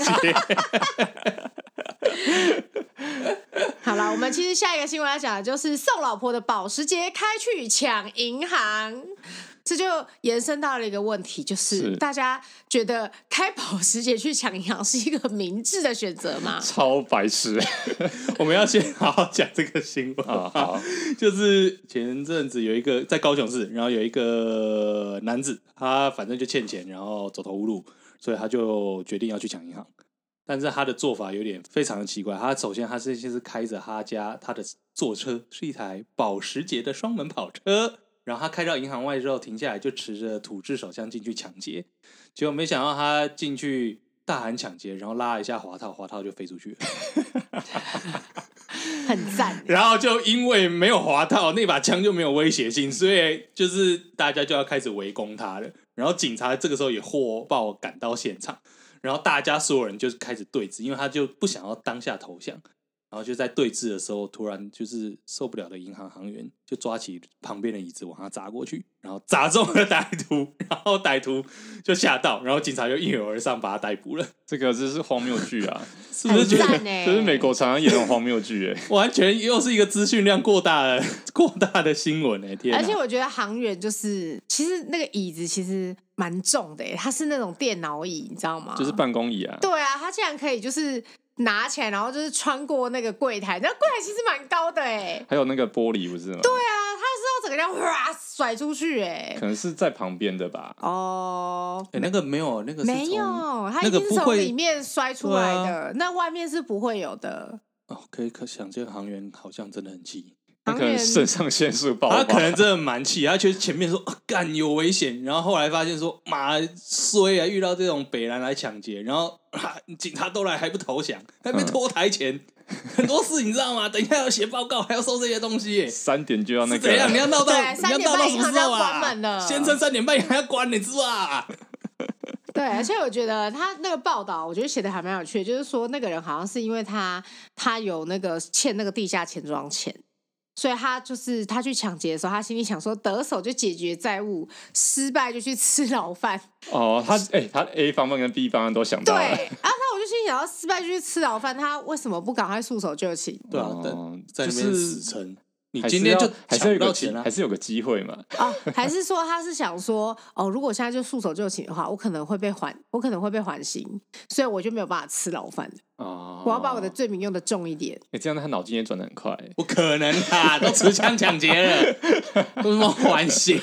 S2: 好了，我们其实下一个新闻要讲的就是送老婆的保时捷开去抢银行，这就延伸到了一个问题，就是
S1: 是
S2: 大家觉得开保时捷去抢银行是一个明智的选择吗？
S1: 超白痴
S3: 我们要先好好讲这个新闻
S1: 啊！ 好，
S3: 就是前阵子有一个在高雄市，然后有一个男子，他反正就欠钱，然后走投无路，所以他就决定要去抢银行。但是他的做法有点非常的奇怪。他首先他是先是开着他家他的坐车是一台保时捷的双门跑车，然后他开到银行外之后停下来，就持着土制手枪进去抢劫。结果没想到他进去大喊抢劫，然后拉了一下滑套，滑套就飞出去了。
S2: 很赞，
S3: 然后就因为没有滑到那把枪就没有威胁性，所以就是大家就要开始围攻他了。然后警察这个时候也获报赶到现场，然后大家所有人就是开始对峙，因为他就不想要当下投降。然后就在对峙的时候，突然就是受不了的银行行员就抓起旁边的椅子往他砸过去，然后砸中了歹徒， 然后歹徒就吓到，然后警察就一拥而上把他逮捕了。
S1: 这个真是荒谬剧啊！
S3: 是不
S2: 很
S3: 是觉得
S2: 赞欸呢、
S1: 就是美国常常演那种荒谬剧，哎，
S3: 完全又是一个资讯量过大的过大的新闻呢、欸天哪！
S2: 而且我觉得航远就是，其实那个椅子其实蛮重的耶，它是那种电脑椅，你知道吗？
S1: 就是办公椅啊。
S2: 对啊，它竟然可以就是拿起来，然后就是穿过那个柜台，那柜台其实蛮高的哎。
S1: 还有那个玻璃不是吗？对
S2: 对啊，它是要整个这样哗甩出去哎
S1: 可。能是在旁边的吧。
S2: 哦，
S3: 欸、那个没有，那个是
S2: 没
S3: 从
S2: 有，它一
S3: 那个
S2: 定是
S3: 不
S2: 从
S3: 会啊
S2: 里面摔出来的，那外面是不会有的。
S3: 哦，可以可想见航员好像真的很气，
S1: 他
S2: 航
S1: 可能
S2: 远
S1: 肾上腺素
S2: 哦
S1: 爆
S3: 他
S1: 发，
S3: 可能真的蛮气，他觉得前面说啊干有危险，然后后来发现说妈衰啊，遇到这种北南来抢劫，然后、啊、警察都来还不投降，还
S2: 嗯
S3: 被拖台前，很多事你知道吗？等一下要写报告，还要收这些东西耶、
S1: 三点就要那
S3: 是
S1: 个
S3: 怎样？你要闹到
S2: 对
S3: 你要闹到
S2: 3点半
S3: 什么时
S2: 以后就
S3: 候
S2: 要
S3: 啊？
S2: 关门了哦
S3: 先生三点半还要关，你知道吧？
S2: 对，而且我觉得他那个报道，我觉得写的还蛮有趣的，就是说那个人好像是因为他他有那个欠那个地下钱庄钱，所以他就是他去抢劫的时候，他心里想说得手就解决债务，失败就去吃牢饭。
S1: 哦，他哎、他 A 方案跟 B 方案都想
S2: 对，
S1: 到了，
S2: 啊，那我就心里想要失败就去吃牢饭，他为什么不赶快束手就擒？
S3: 对啊，
S1: 哦
S3: 在在那
S1: 就
S3: 边
S1: 是
S3: 死撑。你
S1: 还是
S3: 今天就
S1: 要还是
S3: 抢
S1: 有
S3: 不
S1: 一个
S3: 到
S1: 机
S3: 钱了、啊
S1: 还是有个机会嘛？
S2: 哦，还是说他是想说，哦，如果我现在就束手就擒的话，我可能会被缓，我可能会被缓刑，所以我就没有办法吃牢饭了。
S1: 哦，
S2: 我要把我的罪名用的重一点。
S1: 哎、这样他脑筋也转的很快、
S3: 不可能啦，都持枪抢劫了，有什么 缓刑？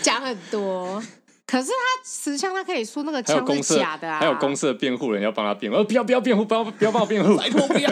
S2: 讲很多。可是他持枪，他可以说那个
S1: 还有
S2: 枪
S1: 公
S2: 是
S1: 社，
S2: 假的啊，
S1: 还有公社辩护人要帮他辩护，呃，不要不要辩护，不要不要帮我辩护，
S3: 拜托不要！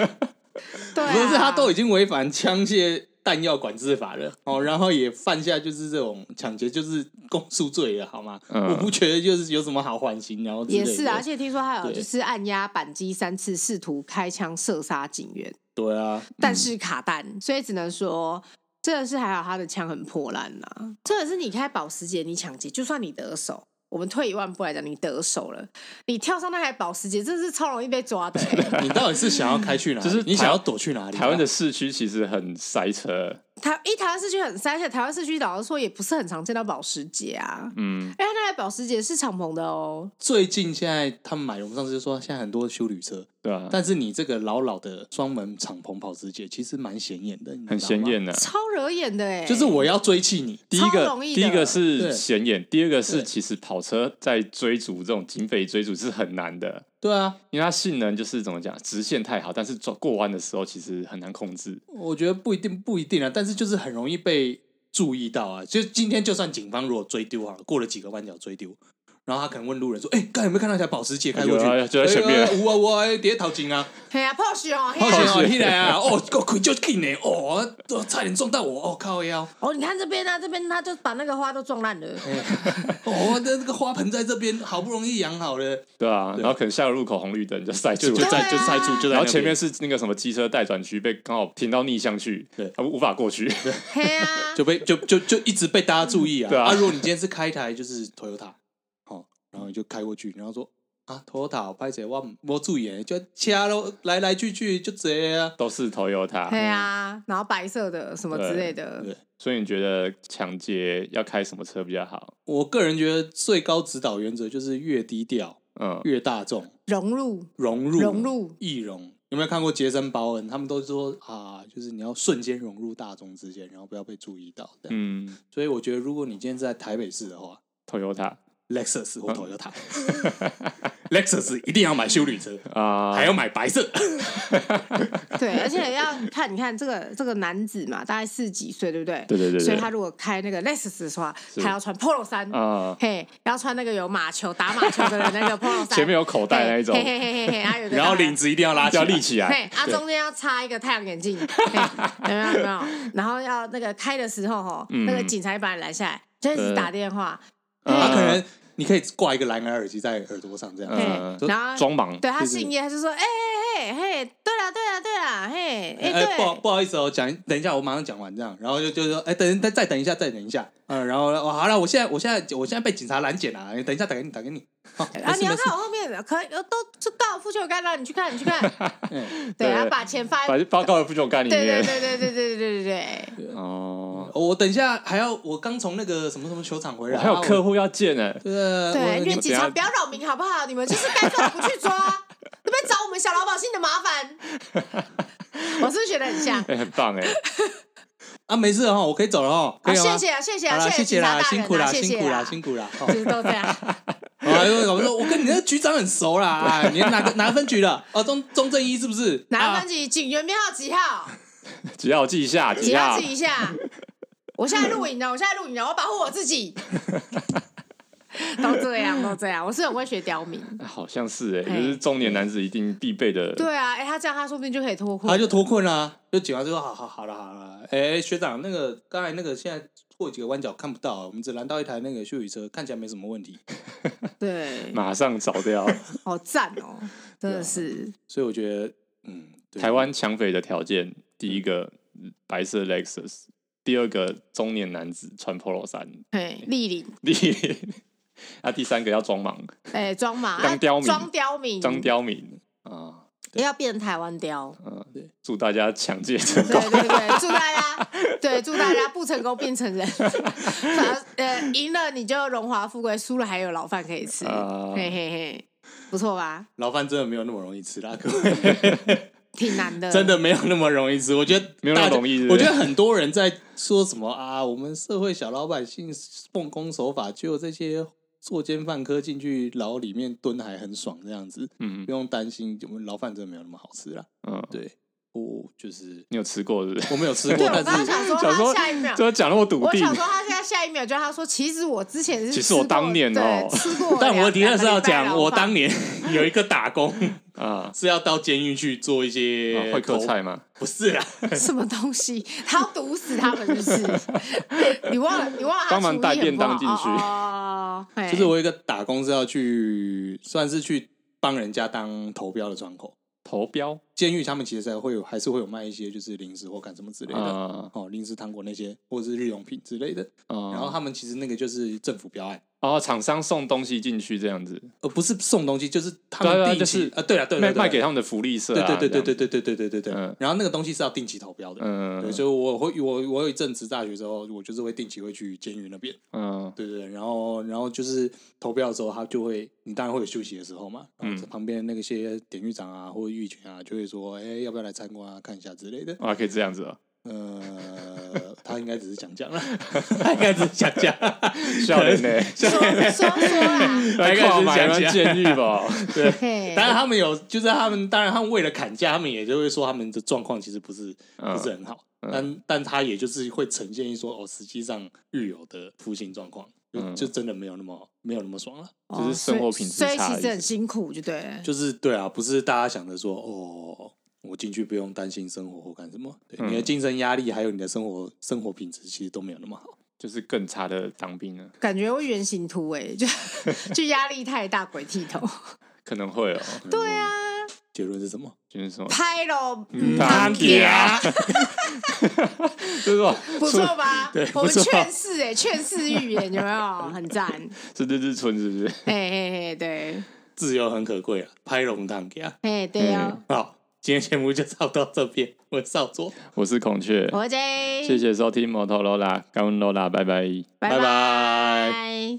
S2: 对、啊，
S3: 可是他都已经违反枪械弹药管制法了哦，然后也犯下就是这种抢劫就是公诉罪了，好吗？
S1: 嗯
S3: 我不觉得就是有什么好缓刑，然后之类
S2: 也啊
S3: 的
S2: 是啊，而且听说他有
S3: 对
S2: 就是按压扳机三次，试图开枪射杀警员，
S3: 对啊，
S2: 但是卡弹，所以只能说真的是还好他的枪很破烂呐、啊真的是你开保时捷，你抢劫，就算你得手。我们退一万步来讲，你得手了，你跳上那台保时捷，真的是超容易被 抓的、欸
S1: 啊
S3: 你到底是想要开去哪里？
S1: 就是
S3: 你想要躲去哪里啊？
S1: 台湾的市区其实很塞车，
S2: 台一台湾市区很塞，而且台湾市区老实说也不是很常见到保时捷啊。
S1: 嗯，
S2: 哎，那台保时捷是敞篷的哦，
S3: 最近现在他们买，我们上次就说现在很多修旅车，
S1: 对啊，
S3: 但是你这个老老的双门敞篷保时捷其实蛮显眼的，你知道吗
S1: 很显。眼的、
S2: 超惹眼的哎、
S3: 就是我要追气你，
S1: 第一
S2: 超
S1: 个，
S2: 容易
S1: 第
S2: 的
S1: 一个是
S3: 对
S1: 显眼，第二个是
S3: 对
S1: 其实跑车在追逐这种警匪追逐是很难的，
S3: 对啊，
S1: 因为它性能就是怎么讲，直线太好，但是转过弯的时候其实很难控制。
S3: 我觉得不一定不一定啊，但是就是很容易被注意到啊。就今天就算警方如果追丢好了，过了几个弯角追丢，然后他可能问路人说：“哎、刚才有没有看到一台保时捷开过去？”
S1: 有啊就在前面
S3: 哎有啊，我我跌淘金啊，
S2: 嘿呀，Porsche 哦，嘿
S3: 好险
S2: 啊
S3: 哦，进来啊，哦，够快就进来，哦，都差点撞到我，哦靠腰，
S2: 哦，你看这边啊，这边他就把那个花都撞烂了。
S3: 哦，这这个花盆在这边好不容易养好了，
S1: 对啊，
S3: 对
S1: 然后可能下个路口红绿灯就塞住
S3: 就
S1: 了，
S3: 就在
S2: 对啊
S3: 就塞住，就
S1: 然
S3: 在那
S1: 后
S3: 边
S1: 前面是那个什么机车待转区，被刚好停到逆向去，
S3: 对
S1: 他无法过去。
S2: 嘿啊，
S3: 就被就就就一直被大家注意啊。
S1: 对啊
S3: 如果你今天是开一台就是 Toyota，哦，然后你就开过去，然后说啊，Toyota 拍谁我我注意，就车咯，来来去去就这啊。
S1: 都是 Toyota，
S2: 嘿啊，然后白色的什么之类的
S3: 对，
S1: 所以你觉得抢劫要开什么车比较好？
S3: 我个人觉得最高指导原则就是越低调
S1: 嗯，
S3: 越大众，
S2: 融入
S3: 融入
S2: 融入
S3: 易容。有没有看过杰森·鲍恩？他们都说啊，就是你要瞬间融入大众之间，然后不要被注意到。嗯，
S1: 嗯
S3: 所以我觉得如果你今天是在台北市的话，
S1: ，Toyota
S3: Lexus 或
S1: 嗯
S3: Toyota。Lexus 一定要买修旅车，
S1: 啊，
S3: 还要买白色。
S2: 对，而且要看，你看这个这个男子嘛，大概四十几岁，对不对？
S1: 对对对对
S2: 所以他如果开那个 Lexus 的话，
S1: 是
S2: 他要穿 Polo 衫，
S1: 啊，
S2: 嘿，要穿那个有马球打马球的那 个 Polo 衫，
S1: 前面有口袋那一种
S2: 嘿嘿嘿嘿嘿，然后有个
S3: 然后
S2: 大
S3: 领子一定要拉
S1: 要立
S3: 立。
S1: 起来，
S2: 对，啊，中间要插一个太阳眼 镜，嘿有没有？有没有？然后要那个开的时候吼，
S1: 嗯
S2: 那个警察也把你拦下来，就一直打电话，
S3: 他
S1: 嗯
S3: 可能你可以挂一个蓝牙耳机在耳朵上，这样。
S1: 嗯
S2: 嘿，然后
S1: 装忙，
S2: 对他
S3: 就是
S2: 姓叶，他就说，哎哎哎嘿，对啦对啊啦对啦，嘿，哎
S3: 哎，不好
S2: 对，
S3: 不好意思哦，讲等一下，我马上讲完这样，然后就就说，哎，等再再等一下，再等一下，嗯，然后哦，好了，我现在我现在我现在被警察拦截了，等一下打给你打给你，好，
S2: 啊
S3: 没
S2: 你
S3: 事
S2: 要
S3: 没事
S2: 看，我后面的，可以呃都是高尔夫球杆啦，你去看你去看，
S3: 嗯
S2: 对，
S1: 对
S2: 然后把钱放
S1: 把
S2: 在，
S1: 把高尔夫球杆里
S2: 对对
S1: 面。
S2: 对对对对对对对对，
S1: 哦，
S3: 我等一下还要我刚从那个什么什么球场回
S1: 我
S3: 来，
S1: 还有
S3: 啊
S1: 客，户要见欸呢
S3: 我，对
S2: 对，
S3: 呃我
S2: 因为警
S1: 等
S2: 察
S1: 下
S2: 不要扰民好不好？你们就是该抓的 不去抓，那边找我们小老百姓的麻烦， 我是不是觉得很像？
S1: 哎，很棒哎，
S3: 啊，没事哦，我可以走了哦，可
S2: 好，
S3: 以了吗
S2: 谢谢啊，谢谢
S3: 好
S2: 啊，
S3: 啦，
S2: 谢
S3: 谢
S2: 警察
S3: 啦，
S2: 大
S3: 辛苦
S2: 人啊，
S3: 啦，
S2: 谢
S3: 辛
S2: 谢
S3: 苦啦，
S2: 啊，
S3: 辛苦啦。哦
S2: 就是都这样。
S3: 啊，因为我说我跟你那个局长很熟啦， 哎你哪个哪个分局的？哦，中中正一是不是？
S2: 哪个
S3: 啊
S2: 分局警员编号几号？
S1: 只要记一 下，
S2: 几
S1: 只
S2: 号
S1: 要
S2: 记一下。我现在录影的，我现在录影的，我要保护我自己。都这样，都这样，我是很会学刁民。
S1: 好像是哎，
S2: 哎
S1: 就是中年男子一定必备的。
S2: 对啊，哎、他这样，他说不定就可以脱困。
S3: 啊他就脱困啦，就警察就说好好好了好了，哎，学长，那个刚才那个现在过几个弯角看不到，我们只拦到一台那个修理车，看起来没什么问题，
S2: 对，
S1: 马上找掉
S2: 好赞哦、真的是。
S3: 所以我觉得，嗯，对
S1: 台湾抢匪的条件，第一个白色 Lexus，第二个中年男子穿 polo 衫，
S2: 嘿，立领，
S1: 第 啊第三个要装忙，
S2: 哎、装嘛，
S1: 当刁民
S2: 装刁民，
S1: 张刁民啊，
S2: 要变台湾刁。
S1: 祝大家抢劫成
S2: 对
S1: 功。
S2: 对对，祝大家，对，祝大家不成功变成人，反呃，赢了你就荣华富贵，输了还有牢饭可以吃，
S1: 啊
S2: 嘿嘿嘿，不错吧？
S3: 牢饭真的没有那么容 易吃啦，各位。
S2: 挺难的，
S3: 真的没有那么容易吃。我觉得
S1: 没有那么
S3: 大家
S1: 容易是不是
S3: 我觉得很多人在说什么啊，我们社会小老百姓奉公守法，只有这些作奸犯科进去牢里面蹲还很爽这样子，
S1: 嗯
S3: 不用担心我们牢饭真的没有那么好吃啦。
S1: 嗯，
S3: 对，我就是
S1: 你有吃过是不 是？
S3: 我没有吃
S2: 哦对
S3: 过，
S2: 我刚
S3: 但
S2: 刚
S3: 是
S2: 想说
S1: 想
S2: 他
S1: 说
S2: 下一秒，
S1: 就讲那么笃
S2: 我
S1: 定，
S2: 想说他现在下一秒就他说，其实我之前是
S1: 其实
S2: 吃过
S1: 我当年哦
S2: 对吃过两，
S3: 但我的确是
S2: 两个礼
S3: 要
S2: 拜
S3: 讲，
S2: 牢
S3: 我
S2: 饭
S3: 当年 有一个打工
S1: 啊，
S3: 是要到监狱去做一些
S1: 啊会客
S3: 口
S1: 菜，吗？
S3: 不是啦，
S2: 什么东西，他要毒死他们，是不是？你忘了，你忘了他
S1: 帮忙
S2: 厨艺
S1: 带
S2: 很
S1: 便
S2: 不好
S1: 当进去
S2: 哦，哦哦
S3: 就是我有一个打工是要去，算是去帮人家当投标的窗口。
S1: 投标
S3: 监狱他们其实还会有还是会有卖一些就是零食或干什么之类的，
S1: 啊
S3: 哦，零食、糖果那些，或者是日用品之类的。
S1: 啊，
S3: 然后他们其实那个就是政府标案，
S1: 哦，厂商送东西进去这样子，
S3: 呃，不是送东西，就是他
S1: 对
S3: 们
S1: 啊
S3: 定期
S1: 就是
S3: 啊，对了，对了
S1: 卖
S3: 对了
S1: 卖给他们的福利社
S3: 对
S1: 啊，
S3: 对对
S1: 这样
S3: 对对对对对对对
S1: 嗯
S3: 对。然后那个东西是要定期投标的，
S1: 嗯，
S3: 对，所以我会我我有一阵子大学时候，我就是会定期会去监狱那边，
S1: 嗯
S3: 对对对，然后然后就是投标的时候，他就会，你当然会有休息的时候嘛，然后
S1: 嗯
S3: 旁边那些典狱长啊或者狱警啊就会说，哎，要不要来参观啊看一下之类的，
S1: 啊，可以这样子 哦，
S3: 呃，他应该只是讲 讲了，他应该只是讲讲，
S1: 笑人呢，
S2: 说说说啦，
S1: 来
S3: 应该
S1: 跨
S3: 只是
S1: 买
S3: 讲
S1: 完
S3: 讲
S1: 监狱 吧，对，
S2: 嘿
S3: 当然他们有，就是他们，当然他们为了砍价，他们也就会说他们的状况其实不是、
S1: 嗯
S3: 不是很好，
S1: 嗯
S3: 但但他也就是会呈现说哦，实际上狱友的服刑状况就、
S1: 嗯
S3: 就真的没有那么没有那么爽了，啊
S1: 就是
S2: 哦
S1: 生活品质
S2: 所以所
S1: 差的
S2: 以其实
S1: 意
S2: 很
S1: 思
S2: 辛苦，就对了。
S3: 就是对啊，不是大家想的说哦。我进去不用担心生活或干什么，对、
S1: 嗯
S3: 你的精神压力还有你的生活生活品质其实都没有那么好。
S1: 就是更差的当兵了，
S2: 感觉会原形突围， 就就压力太大，鬼剃头。
S1: 可能会哦，
S3: 对啊，结论是什么？
S1: 就是什么，
S2: 拍喽，
S1: 嗯
S2: 汤
S1: 汤
S2: 家
S1: 就是说
S2: 不错 吧
S3: 对？
S2: 我们
S3: 不错
S2: 劝世哎，劝世预言有没有？很赞，
S1: 是日日春是不 是？
S2: 嘿嘿嘿，对，
S3: 自由很可贵啊，拍龙堂给啊。
S2: 嘿对哦，
S3: 好，今天节目就到到这边，我是少佐，
S1: 我是孔雀，
S2: 我 J，
S1: 谢谢收听摩托罗拉，感恩罗拉，拜拜。
S2: 拜
S3: 拜拜
S2: 拜。